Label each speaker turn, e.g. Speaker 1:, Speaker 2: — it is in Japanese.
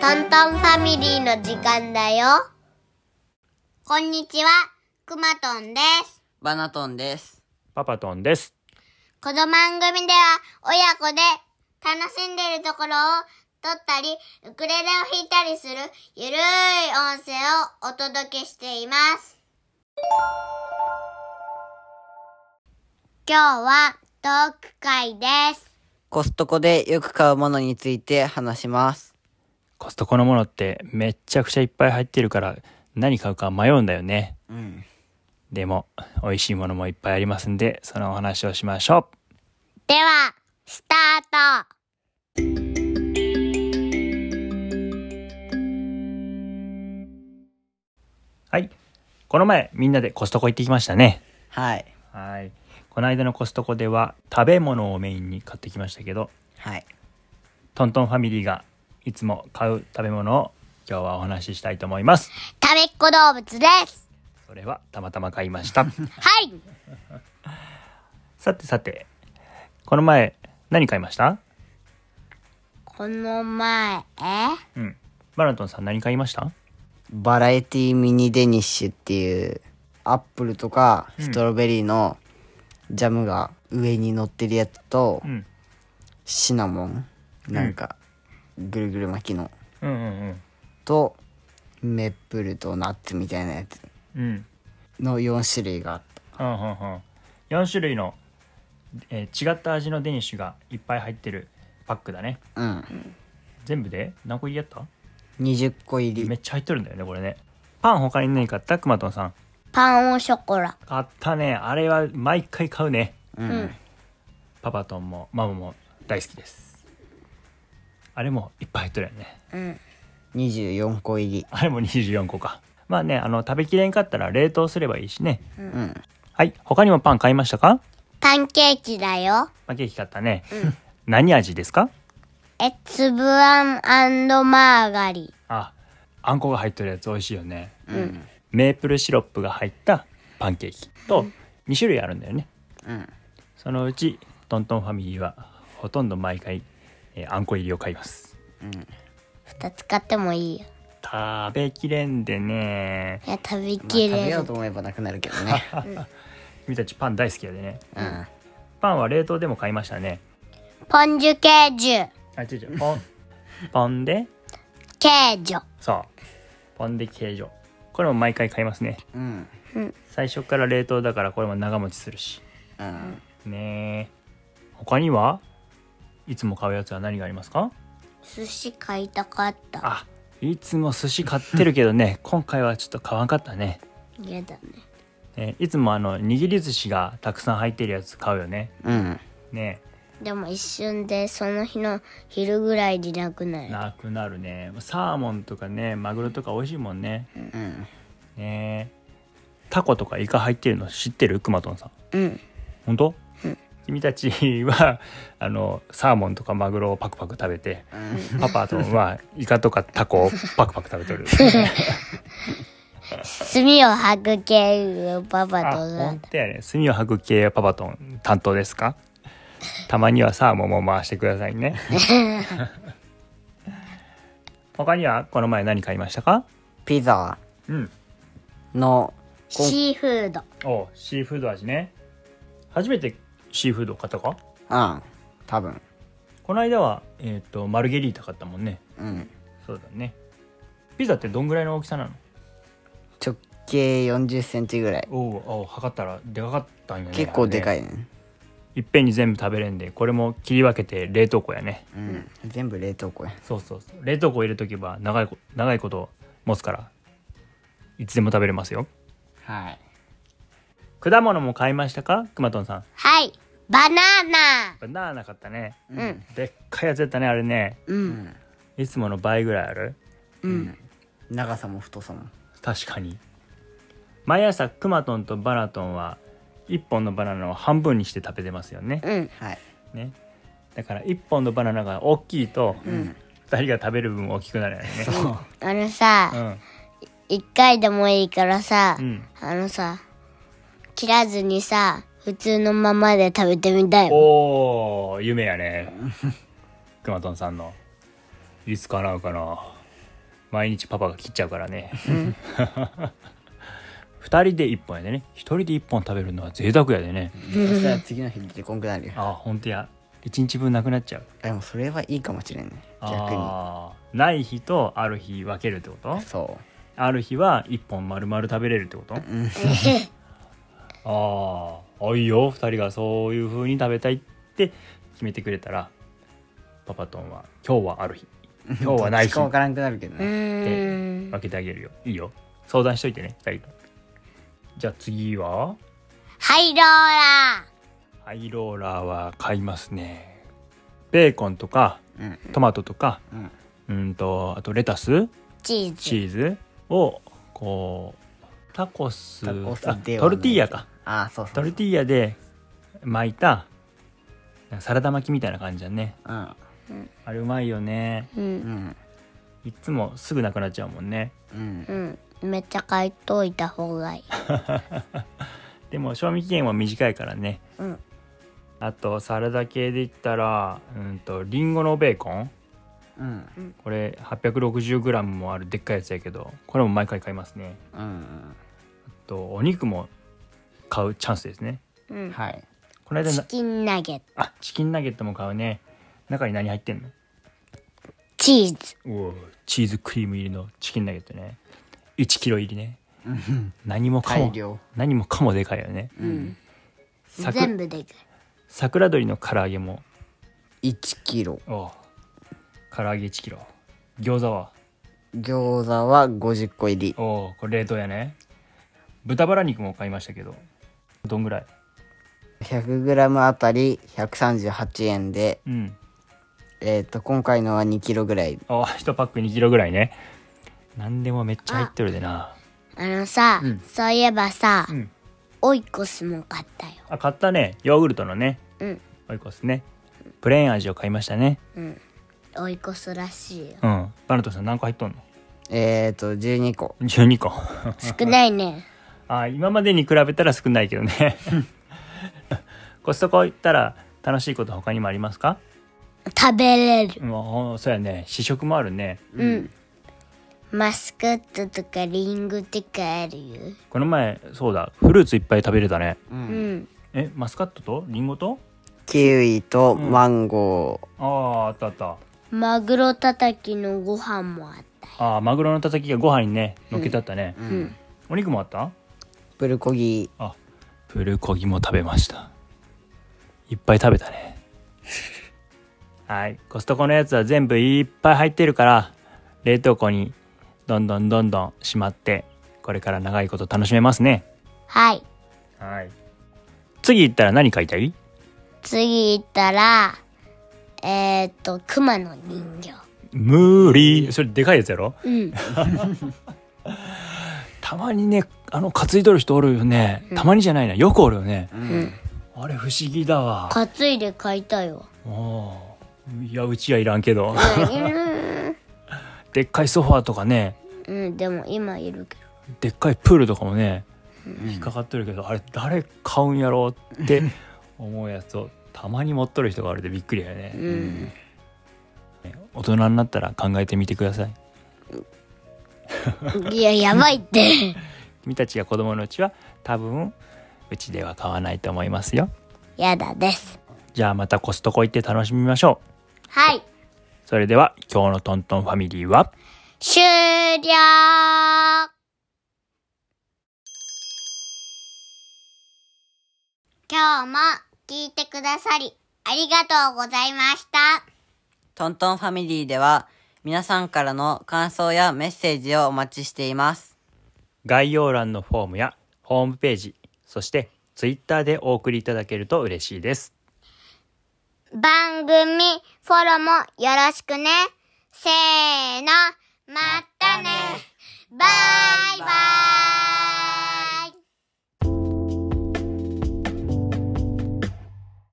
Speaker 1: トントンファミリーの時間だよ。こんにちは、くまとんです。
Speaker 2: バナトンです。
Speaker 3: パパトンです。
Speaker 1: この番組では親子で楽しんでいるところを撮ったり、ウクレレを弾いたりするゆるい音声をお届けしています。今日はトーク会です。
Speaker 2: コストコでよく買うものについて話します。
Speaker 3: コストコのものってめっちゃくちゃいっぱい入ってるから何買うか迷うんだよね。
Speaker 2: うん。
Speaker 3: でも美味しいものもいっぱいありますんで、そのお話をしましょ
Speaker 1: では、スタート
Speaker 3: う。はい。この前みんなでコストコ行ってきましたね。
Speaker 2: はい。
Speaker 3: はい。この間のコストコでは食べ物をメインに買ってきましたけど、
Speaker 2: はい。
Speaker 3: トントンファミリーがいつも買う食べ物を今日はお話ししたいと思います。
Speaker 1: 食べっ子動物です。
Speaker 3: それはたまたま買いま した。
Speaker 1: はい。
Speaker 3: さてさて、この前何買いました
Speaker 1: この前、
Speaker 3: うん。バナトンさん何買いました
Speaker 2: バラエティミニデニッシュっていう、アップルとかストロベリーのジャムが上に乗ってるやつと
Speaker 3: う、ん。
Speaker 2: シナモン、なんか、ぐるぐる巻きの、
Speaker 3: うんうん
Speaker 2: と、メップルとナッツみたいなやつ
Speaker 3: うんうん
Speaker 2: の4種類があった。
Speaker 3: はんはんはん4種類の、えー違った味のデニッシュがいっぱい入ってるパックだね
Speaker 2: うん。
Speaker 3: 全部で何個入りやった
Speaker 2: 20個入り。
Speaker 3: めっちゃ入ってるんだよねこれねパン他に何買ったくまとんさん
Speaker 1: パンオショコラ。
Speaker 3: 買ったねあれは毎回買うね
Speaker 2: うん。
Speaker 3: パパトンもママも大好きですあれもいっぱい入ってるよね
Speaker 2: 24個入り。
Speaker 3: あれも24個かまあねあの食べきれんかったら冷凍すればいいしね
Speaker 2: うん。
Speaker 3: はい他にもパン買いましたか
Speaker 1: パンケーキだよ。
Speaker 3: パンケーキ買ったね、何味ですか
Speaker 1: え、つぶあんマーガリン。
Speaker 3: ああんこが入ってるやつ美味しいよね、
Speaker 2: ん
Speaker 3: メープルシロップが入ったパンケーキと2種類あるんだよね
Speaker 2: うん。
Speaker 3: そのうちトントンファミリーはほとんど毎回、えーあんこ入りを買います
Speaker 1: 二つ買ってもいいよ。
Speaker 3: 食べきれんでね
Speaker 1: いや、食べ
Speaker 2: まあ、食
Speaker 1: き
Speaker 2: べ
Speaker 1: れ
Speaker 2: よう
Speaker 1: る。
Speaker 2: と思えばなくなるけどね。
Speaker 3: 君たちパン大好きやでね
Speaker 2: うん。
Speaker 3: パンは冷凍でも買いましたね
Speaker 1: ポンジュケージュ。
Speaker 3: あ違う違うポンポンで
Speaker 1: ケージョ。
Speaker 3: そうポンで形状これも毎回買いますね
Speaker 2: うん。
Speaker 3: 最初から冷凍だからこれも長持ちするし
Speaker 2: うん。
Speaker 3: ねえ他にはいつも買うやつは何がありますか
Speaker 1: 寿司買いたかった。
Speaker 3: あいつも寿司買ってるけどね 今回はちょっと買わんかったね、
Speaker 1: 嫌だね。
Speaker 3: えいつもあの握り寿司がたくさん入ってるやつ買うよね
Speaker 2: うん。
Speaker 3: ね
Speaker 1: でも一瞬でその日の昼ぐらいでなくなる。
Speaker 3: なくなるねサーモンとかねマグロとか美味しいもんね
Speaker 2: うん。
Speaker 3: ねタコとかイカ入ってるの知ってるくまとんさん
Speaker 1: うん。
Speaker 3: 本当、君たちは あのサーモンとかマグロをパクパク食べて、パパとはイカとかタコをパクパク食べ てる
Speaker 1: 墨を吐く系のパパ
Speaker 3: あ、
Speaker 1: とだ
Speaker 3: 本。当やね。炭を吐く系はパパトン担当ですかたまにはサーモンも回してください ね。他にはこの前何買いましたか
Speaker 2: ピザ
Speaker 3: うん。
Speaker 2: の、こん
Speaker 1: シーフード。
Speaker 3: おシーフード味ね。初めてシーフード買ったか
Speaker 2: うん。多分。
Speaker 3: この間は、えっ、と、マルゲリータ買ったもんね。
Speaker 2: うん。
Speaker 3: そうだね。ピザってどんぐらいの大きさなの
Speaker 2: 直径40センチぐらい。
Speaker 3: おうおう測ったらでかかったんやね。
Speaker 2: 結構でか
Speaker 3: い。
Speaker 2: いね。
Speaker 3: いっぺんに全部食べれんで、これも切り分けて冷凍庫やね。
Speaker 2: うん。全部冷凍庫や。
Speaker 3: そうそうそう冷凍庫入れとけば長いこ長いこと持つからいつでも食べれますよ
Speaker 2: はい。
Speaker 3: 果物も買いましたかくまとんさん
Speaker 1: はい。バナナ。
Speaker 3: バナナ買ったね
Speaker 1: うん。
Speaker 3: でっかいやつやったねあれね
Speaker 1: うん。
Speaker 3: いつもの倍ぐらいある
Speaker 2: うん。長さも太さも。
Speaker 3: 確かに毎朝くまとんとバナトンは1本のバナナを半分にして食べてますよね
Speaker 1: うん。
Speaker 2: はい。
Speaker 3: ねだから1本のバナナが大きいと、二
Speaker 2: ん
Speaker 3: 2人が食べる分大きくなるよね
Speaker 1: あのさ、
Speaker 3: うん
Speaker 1: 一回でもいいからさ、
Speaker 3: うん
Speaker 1: あのさ切らずにさ普通のままで食べてみたい もん
Speaker 3: おお夢やねくまとんさんのいつ叶うかな毎日パパが切っちゃうからね 二人で一本やでね一人で一本食べるのは贅沢やでね
Speaker 2: そしたら次の日出てこんくなるよ
Speaker 3: ああほんとや一日分なくなっちゃう
Speaker 2: でもそれはいいかもしれんね逆に
Speaker 3: あーない日とある日分けるってこと
Speaker 2: そ
Speaker 3: ある日は一本丸々食べれるってこと
Speaker 2: う、うん、
Speaker 3: あーあいいよ二人がそういう風に食べたいって決めてくれたらパパトンは今日はある日今日はな い
Speaker 2: どっち
Speaker 3: 日
Speaker 2: かわからんくなるけど
Speaker 1: う
Speaker 2: ね
Speaker 1: ーん
Speaker 3: 分けてあげるよいいよ相談しといてね二人とじゃあ次は
Speaker 1: はいローラ
Speaker 3: ハイローラーは買いますねベーコンとか
Speaker 2: うん
Speaker 3: トマトとか
Speaker 2: うん
Speaker 3: うんとあとレタス
Speaker 1: ーチ
Speaker 3: チ
Speaker 1: ーズ
Speaker 3: ーズをこうタコス
Speaker 2: タコス
Speaker 3: あ
Speaker 2: ではない
Speaker 3: トルティーヤか
Speaker 2: ああそうそうそ
Speaker 3: ト
Speaker 2: う
Speaker 3: ルティーヤで巻いたサラダ巻きみたいな感じだね
Speaker 2: うん
Speaker 3: あれうまいよね
Speaker 1: う
Speaker 2: うんん
Speaker 3: いっつもすぐなくなっちゃうもんね
Speaker 2: うん
Speaker 1: うんめっちゃ買いといた方がいい
Speaker 3: でも賞味期限は短いからね
Speaker 1: うん
Speaker 3: あとサラダ系で言ったらうんとリンゴのベーコン
Speaker 2: うん
Speaker 3: これ 860g もあるでっかいやつやけどこれも毎回買いますね
Speaker 2: うん
Speaker 3: あとお肉も買うチャンスですね
Speaker 1: うん
Speaker 2: はい
Speaker 3: この間
Speaker 1: チ
Speaker 3: な
Speaker 1: キンナゲット
Speaker 3: あチキンナゲットも買うね中に何入ってんの
Speaker 1: チーズ
Speaker 3: おーチーズクリーム入りのチキンナゲットね1キロ入りね何もか
Speaker 2: 大
Speaker 3: も
Speaker 2: 量
Speaker 3: 何もかもでかいよね
Speaker 1: うん
Speaker 3: さく
Speaker 1: 全部できる
Speaker 3: 桜鶏の唐揚げも
Speaker 2: 1キロ
Speaker 3: おう唐揚げ1キロ餃子は
Speaker 2: 餃子は50個入り
Speaker 3: おうこれ冷凍やね豚バラ肉も買いましたけどどんぐらい
Speaker 2: 100g あたり138円で
Speaker 3: うん
Speaker 2: えっ、と今回のは2キロぐらい
Speaker 3: あ1パック2キロぐらいね何でもめっちゃ入ってるでな
Speaker 1: あのさ、
Speaker 3: うん
Speaker 1: そういえばさ、
Speaker 3: うん
Speaker 1: オイコスも買ったよ
Speaker 3: あ買ったねヨーグルトのね
Speaker 1: うん
Speaker 3: オイコスねプレーン味を買いましたね
Speaker 1: うんオイコスらしいよ
Speaker 3: うんバナトさん何個入っとんの
Speaker 2: えっ、と12個
Speaker 3: 12個
Speaker 1: 少ないね
Speaker 3: あ今までに比べたら少ないけど ねコストコ行ったら楽しいこと他にもありますか
Speaker 1: 食べれる
Speaker 3: うんほんそうやね試食もあるね
Speaker 1: うんマスカットとかリンゴとかあるよ
Speaker 3: この前そうだフルーツいっぱい食べれたね
Speaker 1: うん
Speaker 3: えマスカットとリンゴと
Speaker 2: キウイとマンゴ
Speaker 3: あああったあった
Speaker 1: マグロたたきのご飯もあったよ
Speaker 3: あーマグロのたたきがご飯にねのっけてあったね、お肉もあった
Speaker 2: ープルコギ
Speaker 3: あプルコギも食べましたいっぱい食べたねはいコストコのやつは全部いっぱい入ってるから冷凍庫にどんどんどんどんしまってこれから長いこと楽しめますね
Speaker 1: はい
Speaker 3: はい次行ったら何買いたい
Speaker 1: 次行ったらえー、っと熊の人形
Speaker 3: 無理それでかいやつやろ
Speaker 1: うん
Speaker 3: たまにねあの担いどる人おるよねたまにじゃないなよくおるよね、
Speaker 1: ん
Speaker 3: あれ不思議だわ
Speaker 1: 担いで買いた よ
Speaker 3: おーいやうちはいらんけ
Speaker 1: う
Speaker 3: ど
Speaker 1: ん
Speaker 3: でっかいソファーとかね
Speaker 1: うんでも今いるけど
Speaker 3: でっかいプールとかもね、引っかかってるけどあれ誰買うんやろうって思うやつをたまに持っとる人があるでびっくりだよね、
Speaker 1: うん
Speaker 3: 大人になったら考えてみてください
Speaker 1: いややばい って
Speaker 3: 君たちが子供のうちは多分うちでは買わないと思いますよ
Speaker 1: やだです
Speaker 3: じゃあまたコストコ行って楽しみましょう
Speaker 1: はい
Speaker 3: それでは今日のトントンファミリーは
Speaker 1: 終了今日も聞いてくださりありがとうございました。
Speaker 4: トントンファミリーでは皆さんからの感想やメッセージをお待ちしています。
Speaker 3: 概要欄のフォームやホームページそして Twitter でお送りいただけると嬉しいです
Speaker 1: 番組フォローもよろしくね。せーの、またね。バイバイ。